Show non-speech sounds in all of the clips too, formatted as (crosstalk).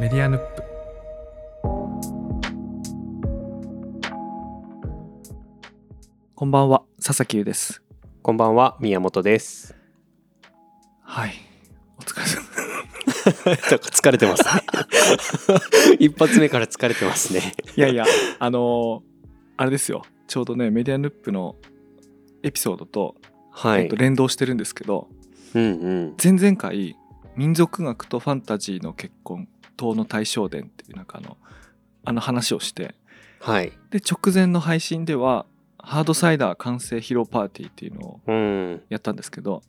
メディアヌップこんばんは佐々木優ですこんばんは、宮本 (laughs) です。はいお疲れ様疲れてます、ね。 (laughs) 一発目から疲れてますね。いやいや (laughs) あのーあれですよちょうどねメディアヌップのエピソードと、はえっいと、。連動してるんですけどうんうん。前々回民族学とファンタジーの結婚党の大正伝っていうなんかあのあの話をしてはい。で直前の配信ではハードサイダー完成披露パーティーっていうのをうん。やったんですけど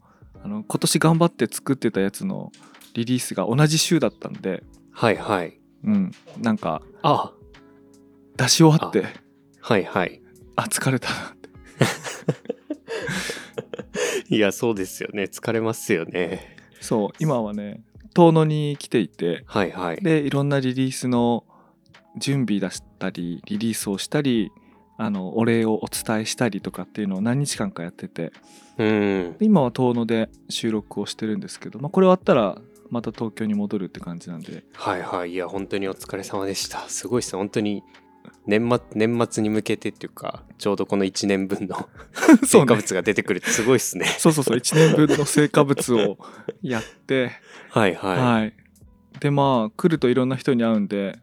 あの今年頑張って作ってたやつのリリースが同じ週だったんで、はいはい。うん、なんかあ、出し終わってはいはい。あ疲れたなっていや、そうですよね。疲れますよね。そう今はね遠野に来ていてはいはい。でいろんなリリースの準備出したりリリースをしたりあのお礼をお伝えしたりとかっていうのを何日間かやっててうんで。今は遠野で収録をしてるんですけど、まあ、これ終わったらまた東京に戻るって感じなんではいはい。いや、本当にお疲れ様でした。すごいです。本当に。年末年末に向けてっていうかちょうどこの1年分のそう添ね加物が出てくるってすごいですね。そうそうそう1年分の成果物をやってはいはい。はい、でまあ来るといろんな人に会うんで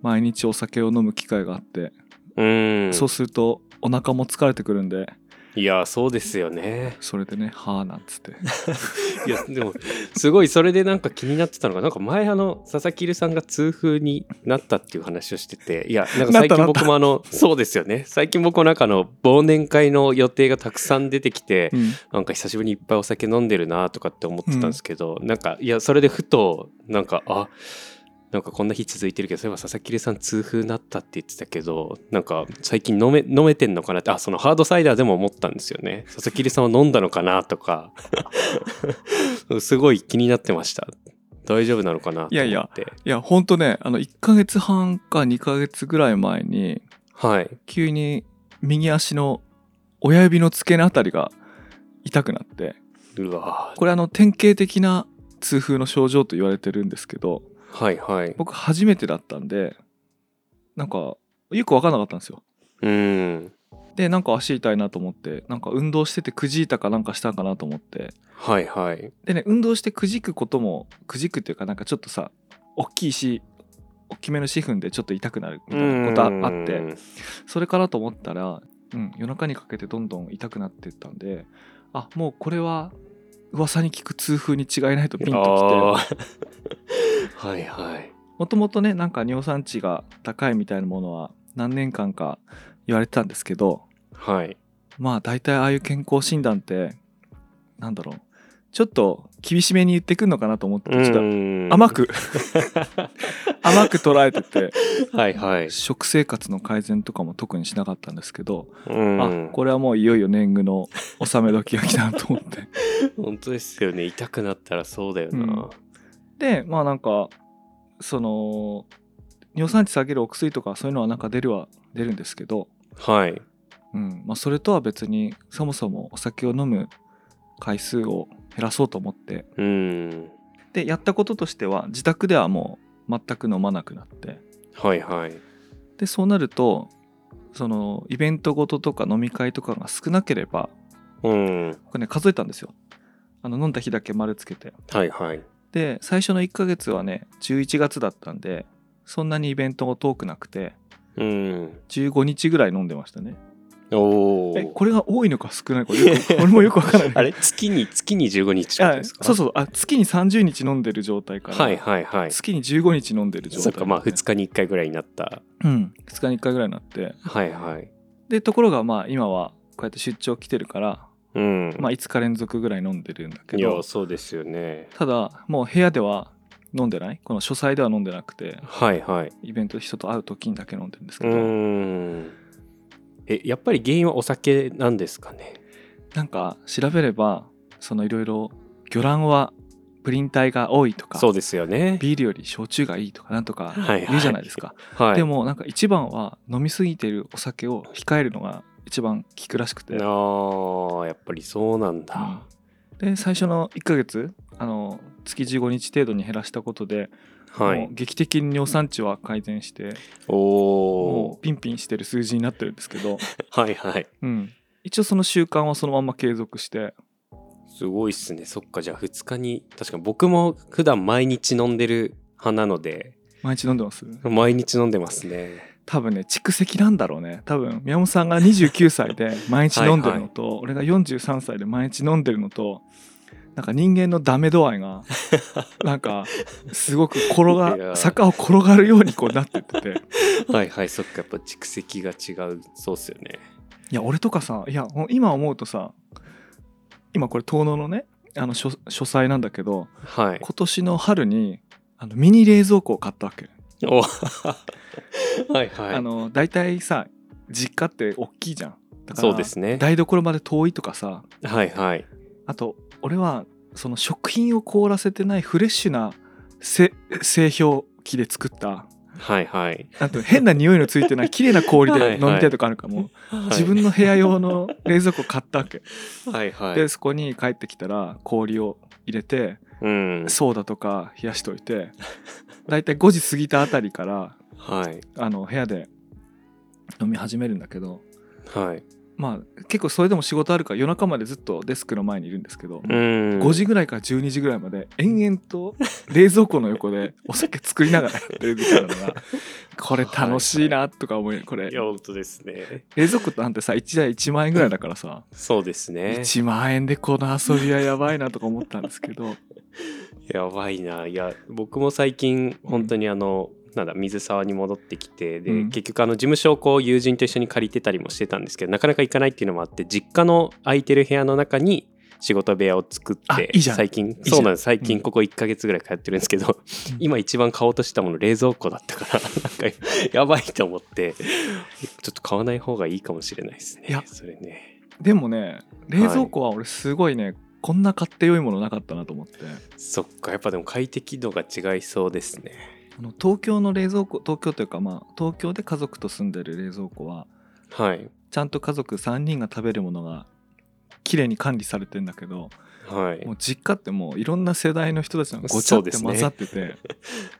毎日お酒を飲む機会があって、うん。そうするとお腹も疲れてくるんでいやそうですよね。それでね「はあ」なんつ (laughs) っていやでもすごいそれでなんか気になってたのがなんか前あの佐々木留さんが痛風になったっていう話をしてていやなんか最なったな近った僕もあのそうですよね最近僕もなんかあの忘年会の予定がたくさん出てきてうんなんか久しぶりにいっぱいお酒飲んでるなとかって思ってたんですけど、なんかいやそれでふとなんかあなんかこんな日続いてるけどそういえば佐々木留さん痛風になったって言ってたけどなんか最近飲め飲めてんのかなってあそのハードサイダーでも思ったんですよね佐々木留さんは飲んだのかなとか (laughs) すごい気になってました大丈夫なのかなと思っていやいやいやほんとねあの1ヶ月半か2ヶ月ぐらい前にはい急に右足の親指の付け根あたりが痛くなってうわこれあの典型的な痛風の症状と言われてるんですけどはいはい僕初めてだったんでなんかよく分かんなかったんですようんでなんか足痛いなと思ってなんか運動しててくじいたかなんかしたんかなと思ってはいはいでね運動してくじくこともくじくっていうかなんかちょっとさ大きいし大きめの紙粉でちょっと痛くなるみたいなことああってそれからと思ったら、うん、夜中にかけてどんどん痛くなってったんであもうこれは噂に聞く痛風に違いないとピンときてきて (laughs) はいはいもともとねなんか尿酸値が高いみたいなものは何年間か言われてたんですけどはいまあ大体ああいう健康診断ってなんだろうちょっと厳しめに言ってくんのかなと思ってちょっと甘甘 (laughs) く甘く捉えててはいはい食生活の改善とかも特にしなかったんですけど、うんあこれはもういよいよ年貢の納め時が来たなと思って本当ですよね痛くなったらそうだよな、でまあなんかその尿酸値下げるお薬とかそういうのはなんか出るは出るんですけど、はいうんまあ、それとは別にそもそもお酒を飲む回数を減らそうと思ってうんでやったこととしては自宅ではもう全く飲まなくなってはいはいでそうなるとそのイベントごととか飲み会とかが少なければうん僕ね数えたんですよあの飲んだ日だけ丸つけてはいはいで最初の1ヶ月はね11月だったんでそんなにイベントも遠くなくてうん15日ぐらい飲んでましたねおおえこれが多いのか少ないのかよ (laughs) く俺もよくわからないあれ月に月に15日ってことあですかそうそうあ月に30日飲んでる状態から、はいはいはい月に15日飲んでる状態そっかまあ2日に1回ぐらいになったうん、2日に1回ぐらいになってはいはいでところがまあ今はこうやって出張来てるから、うんまあ、5日連続ぐらい飲んでるんだけいどやそうですよねただもう部屋では飲んでないこの書斎では飲んでなくてはいはいイベントで人と会う時にだけ飲んでるんですけうど、んえやっぱり原因はお酒なんですかねなんか調べればそのいろいろ魚卵はプリン体が多いとかそうですよねビールより焼酎がいいとかなんとかはいはい言うじゃないですか、はいでもなんか一番は飲みすぎてるお酒を控えるのが一番効くらしくてあーやっぱりそうなんだ、で最初の1ヶ月あの月15日程度に減らしたことで、はも。いう劇的に尿酸値は改善しておもおうピンピンしてる数字になってるんですけど、ー。はいはい。うん、一応その習慣はそのまま継続してすごいっすね。そっか、じゃあ2日に、確かに僕も普段毎日飲んでる派なので、毎日飲んでます毎日飲んでますね。多分ね蓄積なんだろうね多分宮本さんが29歳で毎日飲んでるのと俺が43歳で毎日飲んでるのとなんか人間のダメ度合いがなんかすごく転いがや坂を転がるようにこうなってっててはいはい、そっか、やっぱ蓄積が違う、そうっすよね。いや俺とかさいやほん今思うとさ今これ東農のねあの書書斎なんだけどはい。今年の春にあのミニ冷蔵庫を買ったわけ、おはいはい。あの大体さ実家って大きいじゃんだからそうですね。台所まで遠いとかさはいはい。あと俺はその食品を凍らせてないフレッシュなせ (laughs) 製氷機で作ったはいはい。あ (laughs) と変な匂いのついてない綺麗な氷で飲みたいとかあるからもう (laughs) 自分の部屋用の冷蔵庫買ったわけ、はいはい。でそこに帰ってきたら氷を入れてうん。ソーダとか冷やしといてだいたい5時過ぎたあたりからはいあの部屋で飲み始めるんだけどはい。まあ結構それでも仕事あるから夜中までずっとデスクの前にいるんですけど、うん。 5時ぐらいから12時ぐらいまで延々と冷蔵庫の横 (laughs) でお酒作りながらやってるみたいなのがこれ楽しいなとか思いこれいや、本当ですね。冷蔵庫なんてさ1台1万円ぐらいだからさそうですね。 1万円でこの遊びはやばいなとか思ったんですけ (laughs) どやばいな。いや、僕も最近、本当にあの、なんだ水沢に戻ってきてで、うん結局あの事務所をこう友人と一緒に借りてたりもしてたんですけどなかなか行かないっていうのもあって実家の空いてる部屋の中に仕事部屋を作っあいていじゃん最近じゃんそうなんです最う近んここ1ヶ月ぐらい通ってるんですけど、今一番買おうとしてたもの冷蔵庫だったからなんかやばいと思ってちょっと買わない方がいいかもしれないですねいやそれねでもね冷蔵庫は俺すごいね、こんな買って良いものなかったなと思ってそっかやっぱでも快適度が違いそうですねあの東京の冷蔵庫東京というかまあ東京で家族と住んでる冷蔵庫ははいちゃんと家族3人が食べるものが綺麗に管理されてんだけどはいもう実家ってもういろんな世代の人たちのごちゃそっうでてすね混ざってて、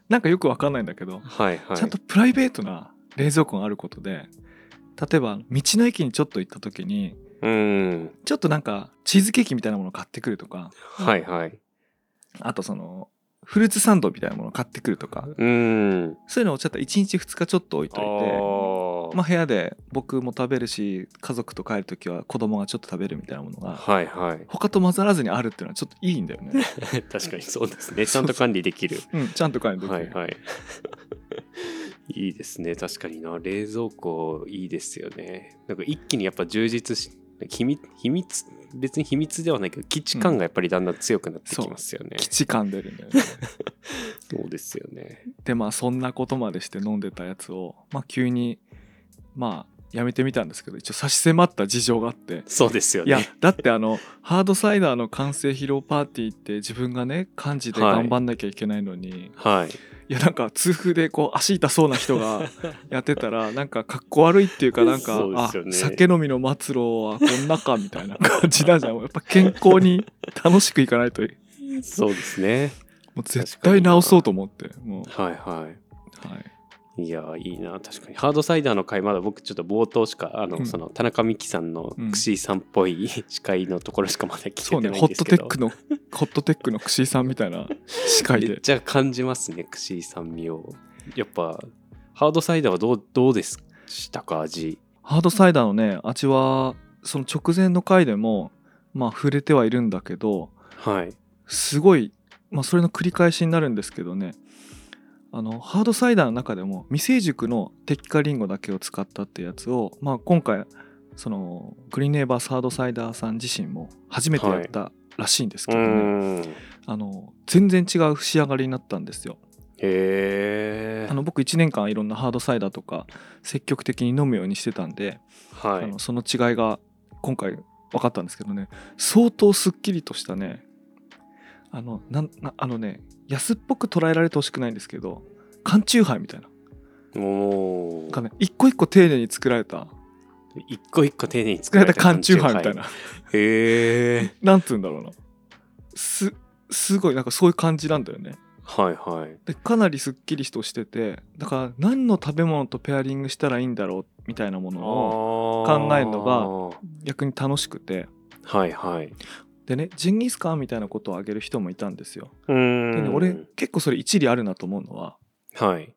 なんかよくわかんないんだけど、はいはいちゃんとプライベートな冷蔵庫があることで例えば道の駅にちょっと行った時にうんちょっとなんかチーズケーキみたいなものを買ってくるとかはいはいあとそのフルーツサンドみたいなものを買ってくるとかうんそういうのをちょっと1日2日ちょっと置いとあいて。ーまあ、部屋で僕も食べるし家族と帰る時は子供がちょっと食べるみたいなものがはいはい他と混ざらずにあるっていうのはちょっといいんだよ (laughs) ね、 (laughs) 確かにそうですねちゃんと管理 (laughs) できるうん、ちゃんと帰る時、はいはいいいですね確かにな冷蔵庫いいですよねなんか一気にやっぱ充実し秘密秘密別に秘密ではないけど基地感がやっぱりだんだん強くなってきますよね、基地感出るんだよねそうですよねでまあそんなことまでして飲んでたやつを、まあ、急にまあやめてみたんですけど一応差し迫った事情があって。そうですよいやねだってあのハードサイダーの完成披露パーティーって自分がね幹事で頑張んなきゃいけないのに、い、はいやなんか痛風でこう足痛そうな人 (laughs) がやってたらなんかかっこ悪いっていうかなんか、そうであすよね酒飲みの末路はこんなかみたいな感じだじゃんやっぱ健康に楽しくいかないともそうですねう絶対治そうと思ってもうはいはいはいいやーいいな確かにハードサイダーの回まだ僕ちょっと冒頭しかあの、うんその田中美希さんのうんクシーさんっぽい (laughs) 司会のところしかまだ聞そうけね、てないホッんでトすテけッど、ク (laughs) の、ホットテックの串井さんみたいな司会めっで。ちゃ感じますねクシーさん味をやっぱハードサイダーはどうどうですしたか味ハードサイダーのね、味は、その直前の回でも、まあ触れてはいるんだけど、はいすごい、まあそれの繰り返しになるんですけどね、あの、ハードサイダーの中でも未成熟の適化リンゴだけを使ったってやつを、まあ今回、そのグリーンネイバーサードサイダーさん自身も初めてやったらしいんですうけどね、ーんへあの全然違う仕上がりになったんですよ。えあの僕1年間いろんなハードサイダーとか積極的に飲むようにしてたんで、はあいのその違いが今回分かったんですけどね相当すっきりとしたねあのなんなあのね安っぽく捉えられてほしくないんですけど缶チューハイみたいなもうなんかね一個一個丁寧に作られた一個一個丁寧に作作られた缶チューハイみたいなへえなんつうんだろうなすすごいなんかそういう感じなんだよねはいはいでかなりすっきりとしててだから何の食べ物とペアリングしたらいいんだろうみたいなものを考えるの逆に楽しくてはいはいでねジンギスカンみたいなことをあげる人もいたんですようで、ね、ん俺結構それ一理あるなと思うのははい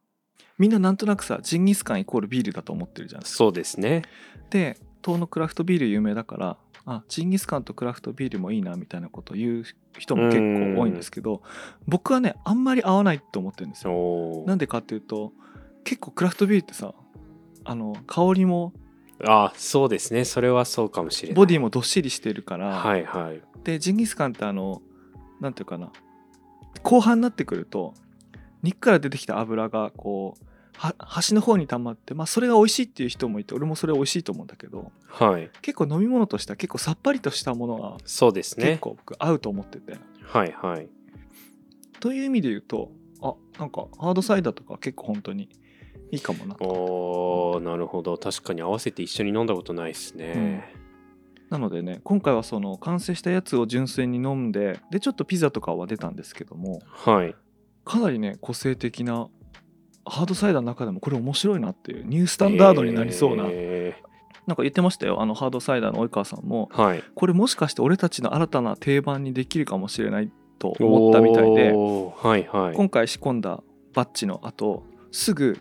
みんななんとなくさジンギスカンイコールビールだと思ってるじゃんそうですねで東のクラフトビール有名だからあジンギスカンとクラフトビールもいいなみたいなことを言う人も結構多いんですけど僕はねあんまり合わないと思ってるんですよおなんでかっていうと結構クラフトビールってさあの香りもあそうですねそれはそうかもしれないボディもどっしりしてるから、はいはいでジンギスカンってあのなんていうかな後半になってくると肉から出てきた油がこうは端の方に溜まって、まあ、それが美味しいっていう人もいて俺もそれ美味しいと思うんだけどはい結構飲み物としては結構さっぱりとしたものがそうです結ね構僕合うと思ってて、はいはいという意味で言うとあなんかハードサイダーとか結構本当にいいかもなおーなるほど確かに合わせて一緒に飲んだことないですね、なのでね今回はその完成したやつを純粋に飲んででちょっとピザとかは出たんですけどもはいかなりね個性的なハードサイダーの中でもこれ面白いなっていうニュースタンダードになりそうな、えなんか言ってましたよあのハードサイダーの及川さんもーはいこれもしかして俺たちの新たな定番にできるかもしれないと思ったみたいでおーはいはい今回仕込んだバッジの後すぐ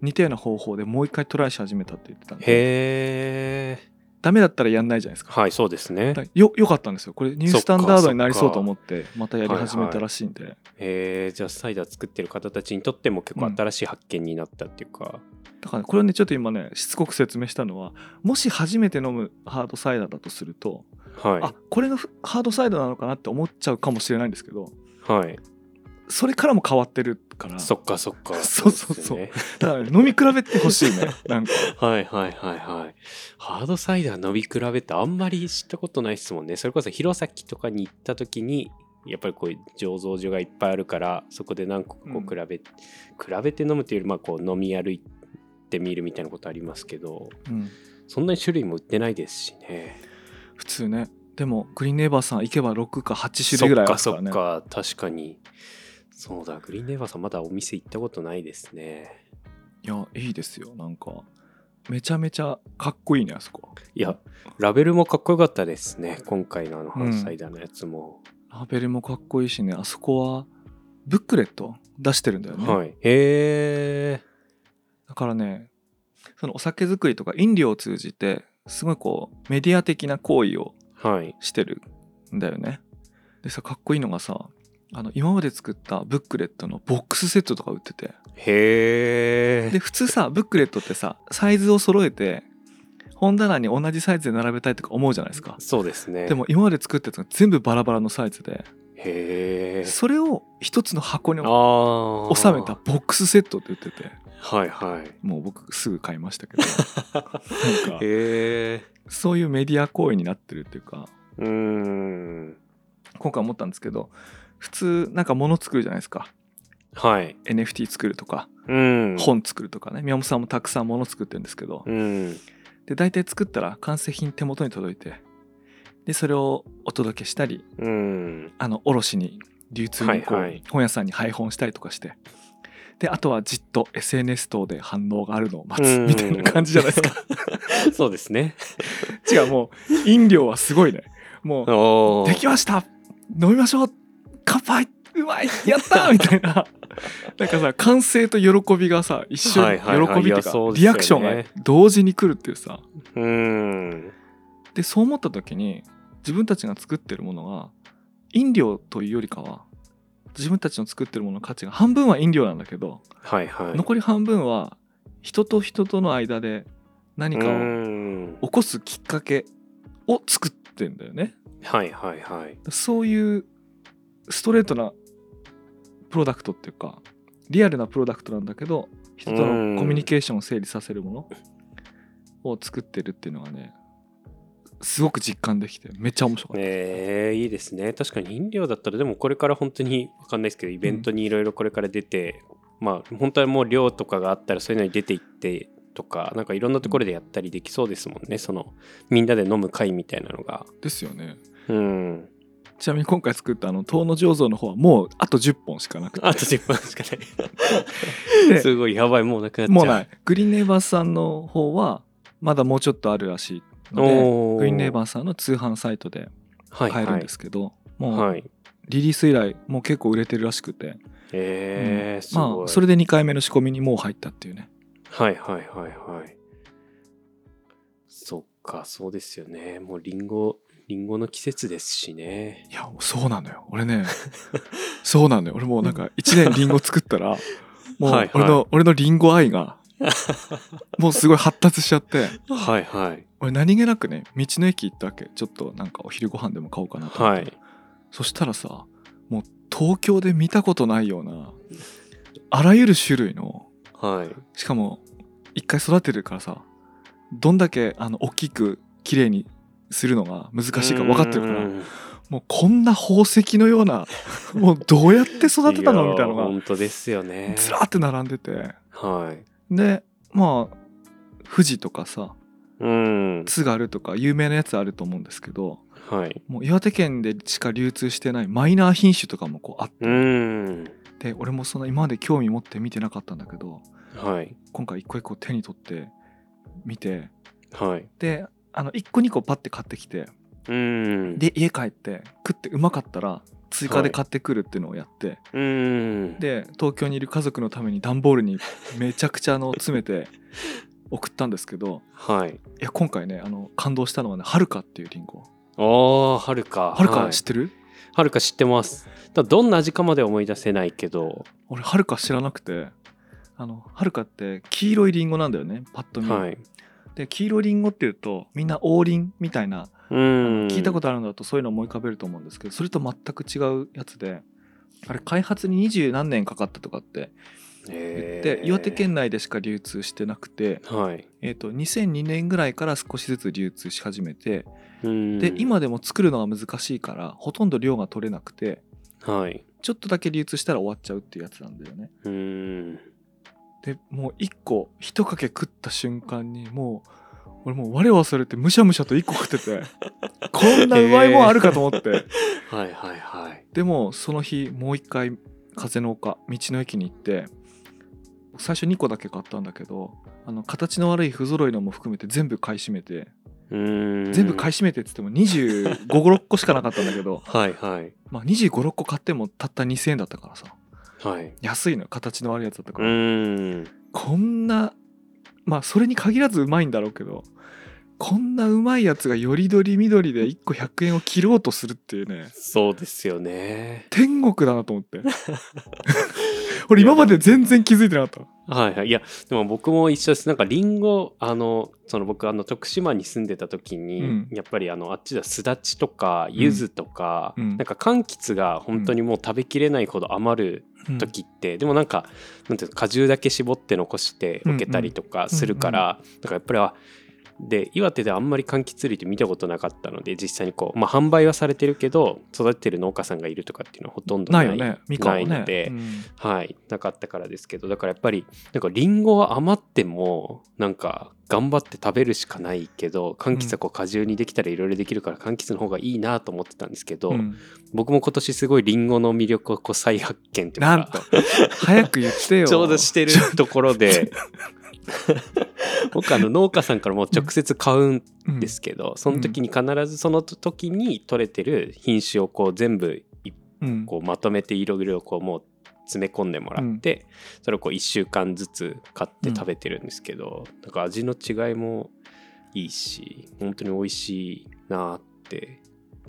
似たような方法でもう一回トライし始めたって言ってたんでへえダメだったらやんないじゃないですかはいそうですねだよよかったんですよこれニュースタンダードになりそうと思ってまたやり始めたらしいんで、えー、じゃあサイダー作ってる方たちにとっても結構新しい発見になったっていうか、だからねこれをねちょっと今ねしつこく説明したのはもし初めて飲むハードサイダーだとすると、はあこれがふハードサイダーなのかなって思っちゃうかもしれないんですけどいはいそれからも変わってるからそっかそっか (laughs) そうそうそうですねだからね飲み比べてほしい (laughs) ねなんかはいはいはいはいハードサイダー飲み比べってあんまり知ったことないですもんねそれこそ弘前とかに行った時にやっぱりこういう醸造所がいっぱいあるからそこで何個かこう比べ、比べて飲むというよりまあこう飲み歩いてみるみたいなことありますけどうんそんなに種類も売ってないですしね普通ねでもグリーンネイバーさん行けば6か8種類ぐらいあるかそっらかそっねか確かにそうだグリーンネイバーさんまだお店行ったことないですねいやいいですよなんかめちゃめちゃかっこいいねあそこいやラベルもかっこよかったですね今回のあのハードサイダーのやつも、ラベルもかっこいいしねあそこはブックレット出してるんだよね、はいへえだからねそのお酒作りとか飲料を通じてすごいこうメディア的な行為をはいしてるんだよねでさかっこいいのがさあの今まで作ったブックレットのボックスセットとか売っててへでえ普通さブックレットってさサイズを揃えて本棚に同じサイズで並べたいとか思うじゃないですかそうですねでも今まで作ったやつが全部バラバラのサイズでへえそれを一つの箱にああ収めたボックスセットって言っててはいはいもう僕すぐ買いましたけ (laughs) どなんかへえそういうメディア行為になってるっていうかうーん今回思ったんですけど普通なんか物作るじゃないですかはい NFT 作るとかうん本作るとかね宮本さんもたくさん物作ってるんですけどうんで大体作ったら完成品手元に届いてでそれをお届けしたりうんあの卸に流通にこうはいはい本屋さんに配本したりとかしてであとはじっと SNS 等で反応があるのを待つうんみたいな感じじゃないです (laughs) かそうですね違うもう飲料はすごいねもうおできました飲みましょう乾杯うまいやった (laughs) ーみたいななんかさ歓声と喜びがさ一緒に喜はいはいはいびっていいやそううかですよねリアクションが同時に来るっていうさうーんでそう思った時に自分たちが作ってるものが飲料というよりかは自分たちの作ってるものの価値が半分は飲料なんだけどはいはい残り半分は人と人との間で何かうをーん起こすきっかけを作ってんだよね。はいはいはいそういうストレートなプロダクトっていうかリアルなプロダクトなんだけど人とうんのコミュニケーションを整理させるものを作ってるっていうのがねすごく実感できてめっちゃ面白かった、えー、いいですね確かに飲料だったらでもこれから本当に分かんないですけどイベントにいろいろこれから出て、まあ本当はもう量とかがあったらそういうのに出ていってとかなんかいろんなところでやったりできそうですもんねそのみんなで飲む会みたいなのがですよねうんちなみに今回作ったあの遠野醸造の方はもうあと10本しかなくてあと10分しかなでいすごいやばいもうなくなっちゃうもうないグリーンネイバーさんの方はまだもうちょっとあるらしいのでおグリーンネイーバーさんの通販サイトではい買えるんですすけど、もうはいリリース以来もう結構売れてるらしくて、えー、すごい、まあそれで2回目の仕込みにもう入ったっていうねはいはいはいはいそっかそうですよねもうリンゴリンゴの季節ですしねいやそうなのよ俺 (laughs) ねそうなのよ俺もうなんか1年リンゴ作った (laughs) らもうはいはい俺の、俺のリンゴ愛がもうすごい発達しちゃってはいはい俺何気なくね道の駅行ったわけちょっとなんかお昼ご飯でも買おうかなと思っはて、いそしたらさもう東京で見たことないようなあらゆる種類のはいしかも一回育てるからさどんだけあの大きく綺麗にするのが難しいか分かってるからうんもうこんな宝石のような (laughs) もうどうやって育てたのみたいなやのが本当ですよねずらーって並んでてはいでまあ富士とかさうん津軽とか有名なやつあると思うんですけどはいもう岩手県でしか流通してないマイナー品種とかもこうあって、うんで俺もそんな今まで興味持って見てなかったんだけどはい今回一個一個手に取って見てはいであの1個2個パッて買ってきてうんで家帰って食ってうまかったら追加で買ってくるっていうのをやって、うんで東京にいる家族のために段ボールにめちゃくちゃあの詰めて送ったんですけどはいいや今回ねあの感動したのはねはるかっていうリンゴあーはるかはるかい知ってる、はるか知ってますただどんな味かまでは思い出せないけど俺はるか知らなくてあのはるかって黄色いリンゴなんだよねパッと見、はいで黄色いリンゴっていうとみんな王林みたいなうん聞いたことあるのだとそういうの思い浮かべると思うんですけどそれと全く違うやつであれ開発に二十何年かかったとかってと言っへてー岩手県内でしか流通してなくて、はいえー、と2002年ぐらいから少しずつ流通し始めてでで今でも作るのが難しいからほとんど量が取れなくてはいちょっとだけ流通したら終わっちゃうっていうやつなんだよね。うんでもう1個一かけ食った瞬間にもう俺もう我を忘れてむしゃむしゃと1個食って (laughs) てこんなうまいもんあるかと思って。はいはいはいでもその日もう一回風の丘道の駅に行って最初2個だけ買ったんだけどあの形の悪い不揃いのも含めて全部買い占めてうん全部買い占めてっつっても2 5 6個しかなかったんだけ (laughs) ど、はいはいまあ、2 5 6個買ってもたった2,000円だったからさはい安いのよ形の悪いやつだったかうら、んこんなまあそれに限らずうまいんだろうけどこんなうまいやつがよりどり緑で1個100円を切ろうとするっていうねそうですよね天国だなと思って俺今まで全然気づいてなかっはいはい、いやでも僕も一緒ですなんかリンゴあのその僕あの徳島に住んでた時に、うんやっぱりあのあっちではすだちとか柚子とか、うんなんか柑橘が本当にもう食べきれないほど余るた、時って、でもなんかなんていうの果汁だけ絞って残してうんおけたりとかするから、だからやっぱりはで岩手ではあんまり柑橘類って見たことなかったので実際にこう、まあ、販売はされてるけど育ててる農家さんがいるとかっていうのはほとんどなないいよねみかんはないねので、うんはい、なかったからですけどだからやっぱりなんかリンゴは余ってもなんか頑張って食べるしかないけど柑橘はこう果汁にできたらいろいろできるから柑橘の方がいいなと思ってたんですけど、うん僕も今年すごいリンゴの魅力をこう再発見というかなんと早く言 (laughs) ってよちょうどしてるちょところで (laughs) 僕あの農家さんからもう直接買うんうんですけど、その時に必ずその時に取れてる品種をこう全部いっうんこうまとめて色々をこうもう詰め込んでもらって、それをこう1週間ずつ買って食べてるんですけど、なんか味の違いもいいし本当に美味しいなって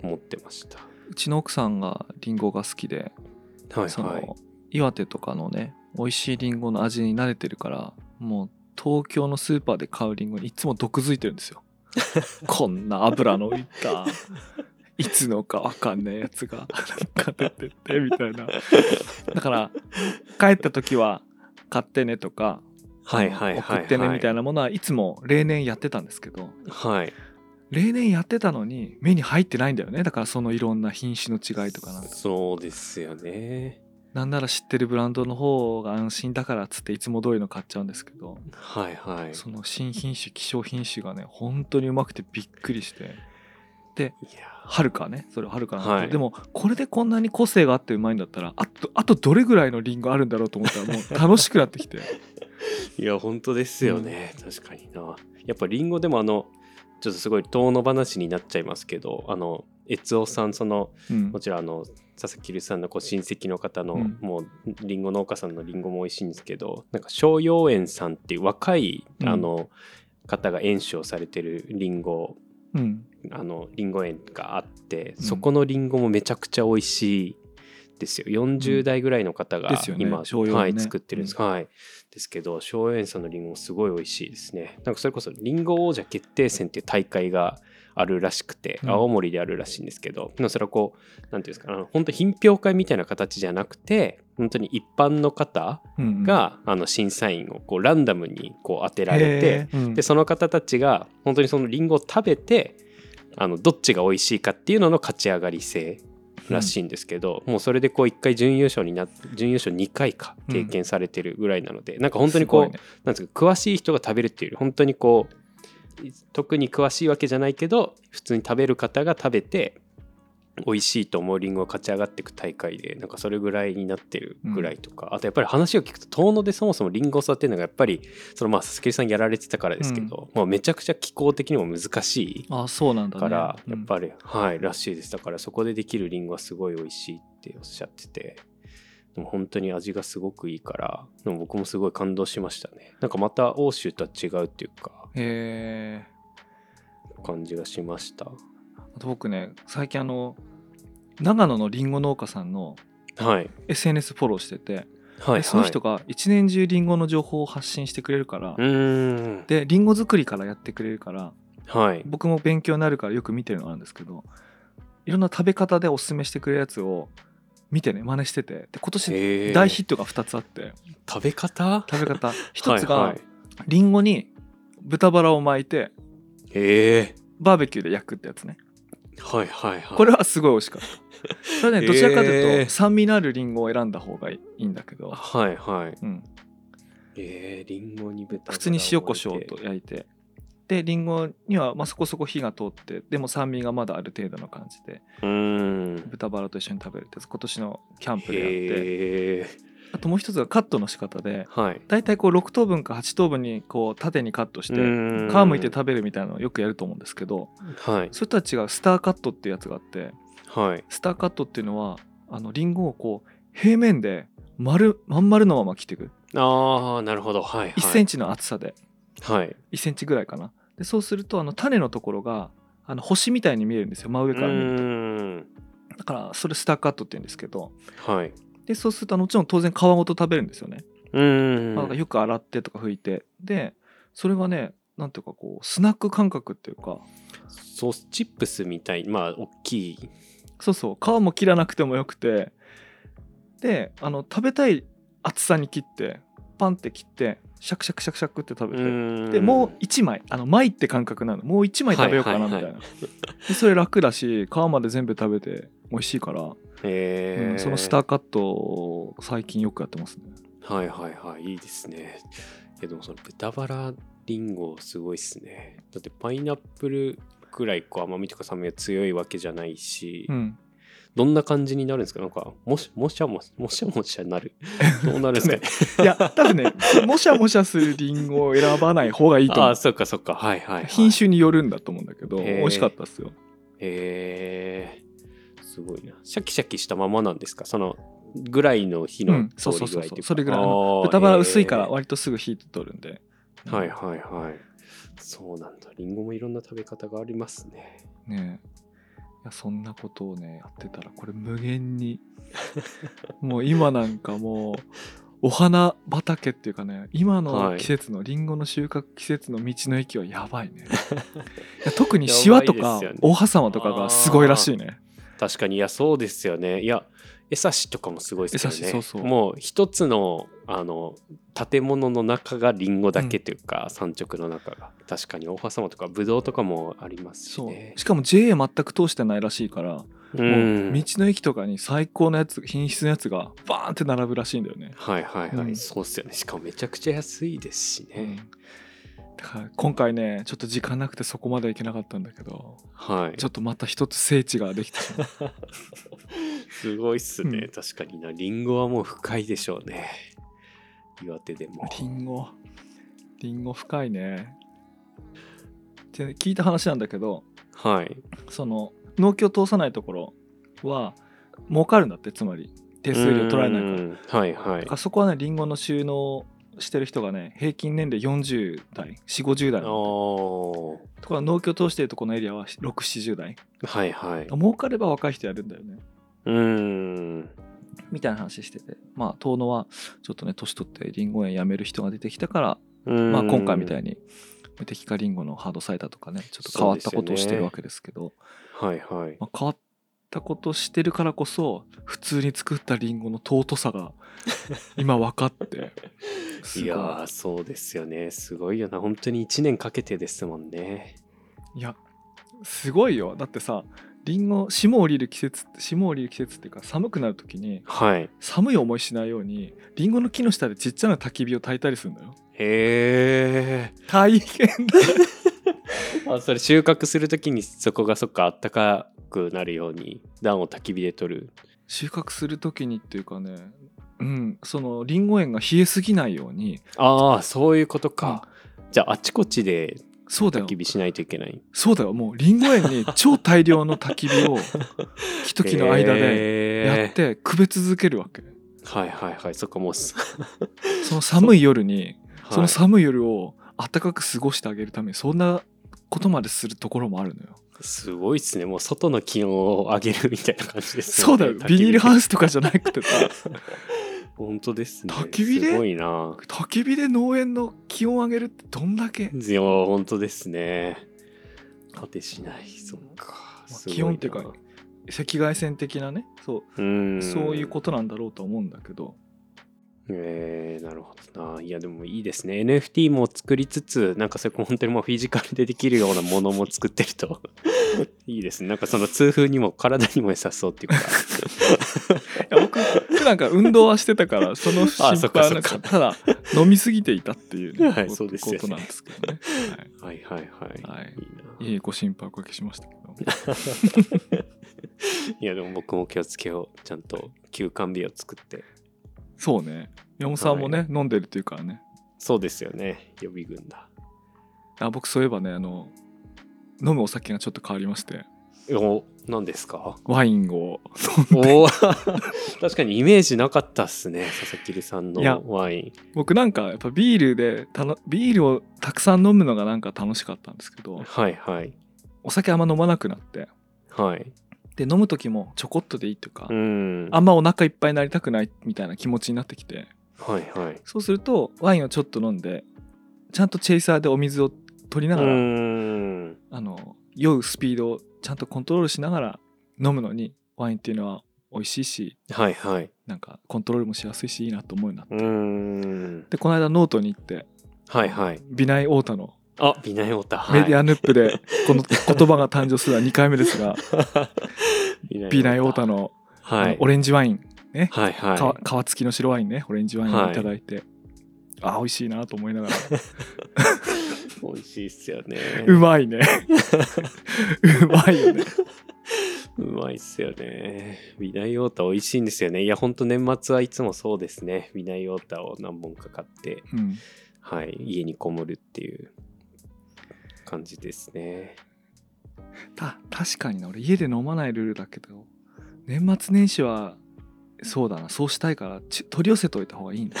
思ってましたうちの奥さんがリンゴが好きで、はいそのはい岩手とかのね美味しいリンゴの味に慣れてるからもう東京のスーパーで買うリンゴにいつも毒づいてるん (laughs) ですよこんな油のいったいつのかわかんないやつがなんか出てってみたいなだから帰った時は買ってねとかはいはいはい送ってねみたいななものはいつも例年やってたんですけどはい例年やってたのに目に入ってないんだよねだからそのいろんな品種の違いとかなんかそうですよねなんなら知ってるブランドの方が安心だからっつっていつも通りの買っちゃうんですけど、はいはいその新品種希少品種がね本当にうまくてびっくりしてでいやはるかねそれはるかなんだけど、はいでもこれでこんなに個性があってうまいんだったらあとあとどれぐらいのリンゴあるんだろうと思ったらもう楽しくなってき (laughs) ていや本当ですよね、確かになやっぱりんごでもあのちょっとすごい遠の話になっちゃいますけどあの悦夫さんそのうんもちろんあの佐々木留さんのご親戚の方の、うんもうりんご農家さんのりんごも美味しいんですけどなんか逍遥園さんっていう若い、うんあの方が園主をされてるりんごうんあのリンゴ園があってうんそこのりんごもめちゃくちゃ美味しいですよう40ん代ぐらいの方がですよね今、醤油はねい、作ってるんです、はいですけど松園さんのりんごもすごい美味しいですねなんかそれこそりんご王者決定戦っていう大会があるらしくてうん青森であるらしいんですけど、でもそれはこうなんていうんですかあの本当品評会みたいな形じゃなくて本当に一般の方うん、が、あの審査員をこうランダムにこう当てられて、へー、うんでその方たちが本当にそのリンゴを食べてあのどっちが美味しいかっていうのの勝ち上がり制らしいんですけど、もうそれでこう1回準優勝になっ準優勝2回か経験されてるぐらいなので、なんか本当にこう、すごいねなんですか詳しい人が食べるっていうより本当にこうい特に詳しいわけじゃないけど普通に食べる方が食べて美味しいと思うリンゴが勝ち上がっていく大会でなんかそれぐらいになってるぐらいとか、あとやっぱり話を聞くと遠野でそもそもリンゴを育てるのがやっぱりそのまあ佐々木さんやられてたからですけど、まあ、めちゃくちゃ気候的にも難しいあそうなんだ、ね、から、やっり、ぱり、はいらしいですだからそこでできるリンゴはすごい美味しいっておっしゃっててでも本当に味がすごくいいからでも僕もすごい感動しましたねなんかまた欧州とは違うっていうかうんへえ感じがしましたあと僕ね最近あの長野のりんご農家さんのはい SNS フォローしてて、はでいその人はが一年中りんごの情報を発信してくれるから、いうーんでりんご作りからやってくれるからはい僕も勉強になるからよく見てるのあるんですけどいろんな食べ方でおすすめしてくれるやつを見てね真似しててで今年へー大ヒットが2つあって食べ方食べ (laughs) 方1つはいがはいりんごに豚バラを巻いてへえバーベキューで焼くってやつねはいはいはいこれはすごい美味しかったそれはねどちらかといへうーと酸味のあるりんごを選んだ方がいいんだけど、はいはいうん、えー、リンゴに豚バラ普通に塩コをシ置ョいウてと焼いてでりんごにはまあそこそこ火が通ってでも酸味がまだある程度の感じでうーん豚バラと一緒に食べるってやつ今年のキャンプでやってへえあともう一つがカットの仕方ではい大体こう6等分か8等分にこう縦にカットしてう皮ーんむいて食べるみたいなのをよくやると思うんですけどはいそれとは違うスターカットってやつがあってはいスターカットっていうのはあのリンゴをこう平面で丸まん丸のまま切っていくああなるほどはいはい1センチの厚さではい1センチぐらいかなでそうするとあの種のところがあの星みたいに見えるんですよ真上から見るうーんとだからそれスターカットって言うんですけどはいでそうするとあのもちろん当然皮ごと食べるんですよね、うーんまあだからよく洗ってとか拭いてでそれがねなんていうかこうスナック感覚っていうかソースチップスみたいまあ大きいそうそう皮も切らなくてもよくてであの食べたい厚さに切ってパンって切ってシャクシャクシャクシャクって食べて、でもう1枚あの枚って感覚なのもう1枚食べようかなみたいな、はいはでそれ楽だし皮まで全部食べて美味しいから、へうんーそのスターカットを最近よくやってますねはいはいはいいいですねいやでもその豚バラリンゴすごいっすねだってパイナップルくらいこう甘みとか酸味が強いわけじゃないし、うんどんな感じになるんですかなんかもしもしゃもしもしゃもしゃ (laughs) なるどうなるんですかねいや (laughs) 多分ねもしゃもしゃするりんごを選ばない方がいいとあ思あうそっかそっかはいはい、はい、品種によるんだと思うんだけどへー美味しかったっすよへえすごいなシャキシャキしたままなんですかそのぐらいの火うのんそう通そうりそうそう具合っていうかそれぐらいああー豚バラ薄いからへー割とすぐ火通るんで、はいはいはいそうなんだりんごもいろんな食べ方がありますねねえいやそんなことをねやってたらこれ無限に (laughs) もう今なんかもうお花畑っていうかね今はのい季節のりんごの収穫季節の道の駅はやばい (laughs) ねいや特にシワとやかばいですよね大葉様とかがすごいらしいね確かにいやそうですよねいや江差しとかもすごいですよね江差しそうそうもう一つのあの建物の中がりんごだけというか、山直の中が確かに大葉様とかぶどうとかもありますしそうねしかも JA 全く通してないらしいから、もううん道の駅とかに最高のやつ品質のやつがバーンって並ぶらしいんだよね、はいはいはい、うんそうっすよねしかもめちゃくちゃ安いですしね、うんはい今回ねちょっと時間なくてそこまで行けなかったんだけどはいちょっとまた一つ聖地ができてしまったすごいっすね、うん確かになリンゴはもう深いでしょうね岩手でもリンゴリンゴ深いねで聞いた話なんだけどはいその農協通さないところは儲かるんだってつまり手数料取られないからだからはいはいからそこはねリンゴの収納してる人がね平均年齢40代4050代あーところが農協通してるとこのエリアは670代はいはい儲かれば若い人やるんだよねうーんみたいな話しててまあ遠野はちょっとね年取ってリンゴ園辞める人が出てきたからまあ、今回みたにいに無敵化リンゴのハードサイダーとかねちょっと変わったことをしてるわけですけどはいはいまあ、変わったことしてるからこそ普通に作ったリンゴの尊さ (laughs) が今分かってすいごいやーそうですよねすごいよな本当に1年かけてですもんねいやすごいよだってさリンゴ霜降りる季節って霜降りる季節っていうか寒くなる時にはい寒い思いしないようにリンゴの木の下でちっちゃな焚き火を焚いたりするんだよへえ大変だあそれ収穫するときにそこがそっかあったかくなるように暖を焚き火で取る収穫する時にっていうかねうんそのリンゴ園が冷えすぎないようにああそういうことか、じゃああちこちでそうだよ焚き火しないといけないそうだよもうリンゴ園 (laughs) に超大量の焚き火を木と木の間でやでってくべ続けるわけ、はいはいはいそこもうすその寒い夜にはい (laughs) その寒い夜を暖かく過ごしてあげるためにそんなことまでするところもあるのよすごいっすねもう外の気温を上げるみたいな感じですそうだよビニールハウウスとかじゃなくてさ本当ですね焚き火ですごいな焚き火で農園の気温上げるってどんだけいや本当ですね果てしないそっかまあすご気温っていうか赤外線的なねそううんそういうことなんだろうと思うんだけどえー、なるほどな。いや、でもいいですね。NFT も作りつつ、なんかそれも本当にもうフィジカルでできるようなものも作ってる (laughs) と、いいですね。なんかその痛風にも体にも良さそうっていうか。いや僕普段から運動はしてたからその心そ配っかはそっなかかっただ飲みすぎていたっていう、ね (laughs) はいこそうですよねことなんですけどね、 (laughs) はいはいは (laughs) はい。いはいいな。いえいえご心配おかけしましたけどいや、でも僕も気をつけよう。ちゃんと休館日を作って。そうね山本さんもね、は飲んでるっていうからねそうですよね。予備軍だ。あ僕そういえばねあの飲むお酒がちょっと変わりましてお、何です (laughs) かワインをおー確かにイメージなかったっすね。佐々木留さんいやのワイン。僕なんかやっぱビールでたのビールをたくさん飲むのがなんか楽しかったんですけどはいはい。お酒あんま飲まなくなってはい。で飲む時もちょこっとでいいとか、うん。あんまお腹いっぱいになりたくないみたいな気持ちになってきてはいはい。そうするとワインをちょっと飲んでちゃんとチェイサーでお水を取りながら、うーんあの酔うスピードをちゃんとコントロールしながら飲むのにワインっていうのは美味しいしはいはい。なんかコントロールもしやすいしいいなと思うようになってうーん。でこの間ノートに行ってはいはい。ビナイオータのあ、ビナイオタ。はいメディアヌップで (laughs) この言葉が誕生するのは2回目ですがビナイオータ。のあはのいオ。レンジワインはいはい。か皮付きの白ワインねオレンジワインをいただいてあ美味しいなと思いながら美味しいっすよね。うまいね (laughs) うまいよねうまいっすよね。ビナイオータ美味しいんですよね。いや、ほんと年末はいつもそうですね。ビナイオータを何本か買って、うんはい、家にこもるっていう感じですね。た確かにな俺家で飲まないルールだけど年末年始はそうだなそうしたいからち取り寄せといた方がいいん (laughs) だい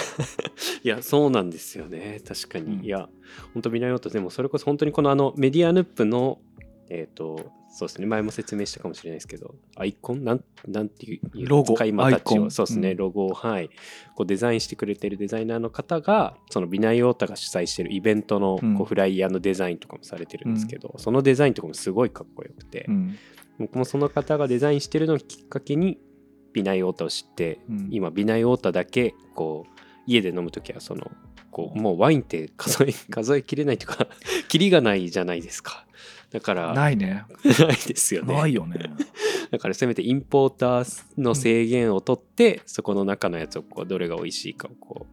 やそうなんですよね確かに、うんいや本当見ないよとでもそれこそ本当にこのあのメディアヌップのえっ、とそうですね前も説明したかもしれないですけどアイコンなんなんていうロゴ使い魔たちアイコをンそうですね、うんロゴをはいこうデザインしてくれてるデザイナーの方がそのビナイオータが主催してるイベントのこうんうフライヤーのデザインとかもされてるんですけど、そのデザインとかもすごいかっこよくて、うん僕もその方がデザインしてるのをきっかけにビナイオータを知って、うん今ビナイオータだけこう家で飲む時はそのこうもうワインって数え数えきれないというか (laughs) キリがないじゃないですかだからないねないですよなねいよねだからせめてインポーターの制限を取って、そこの中のやつをこうどれが美味しいかをこ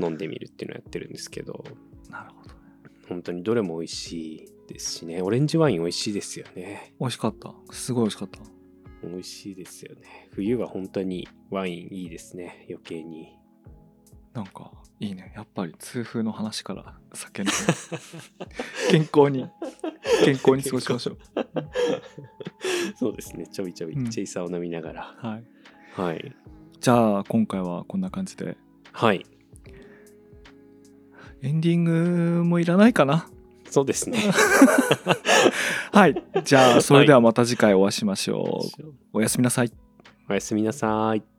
う飲んでみるっていうのをやってるんですけどなるほどね本当にどれも美味しいですしねオレンジワイン美味しいですよね美味しかったすごい美味しかった美味しいですよね冬は本当にワインいいですね余計になんかいいねやっぱり痛風の話から酒 (laughs) の健康に健康に過ごしましょうそうですねちょびちょびうんチェイサーを飲みながら、はいはいじゃあ今回はこんな感じではいエンディングもいらないか (laughs) なそうですねはいじゃあそれではまた次回お会いしましょう、おやすみなさいおやすみなさい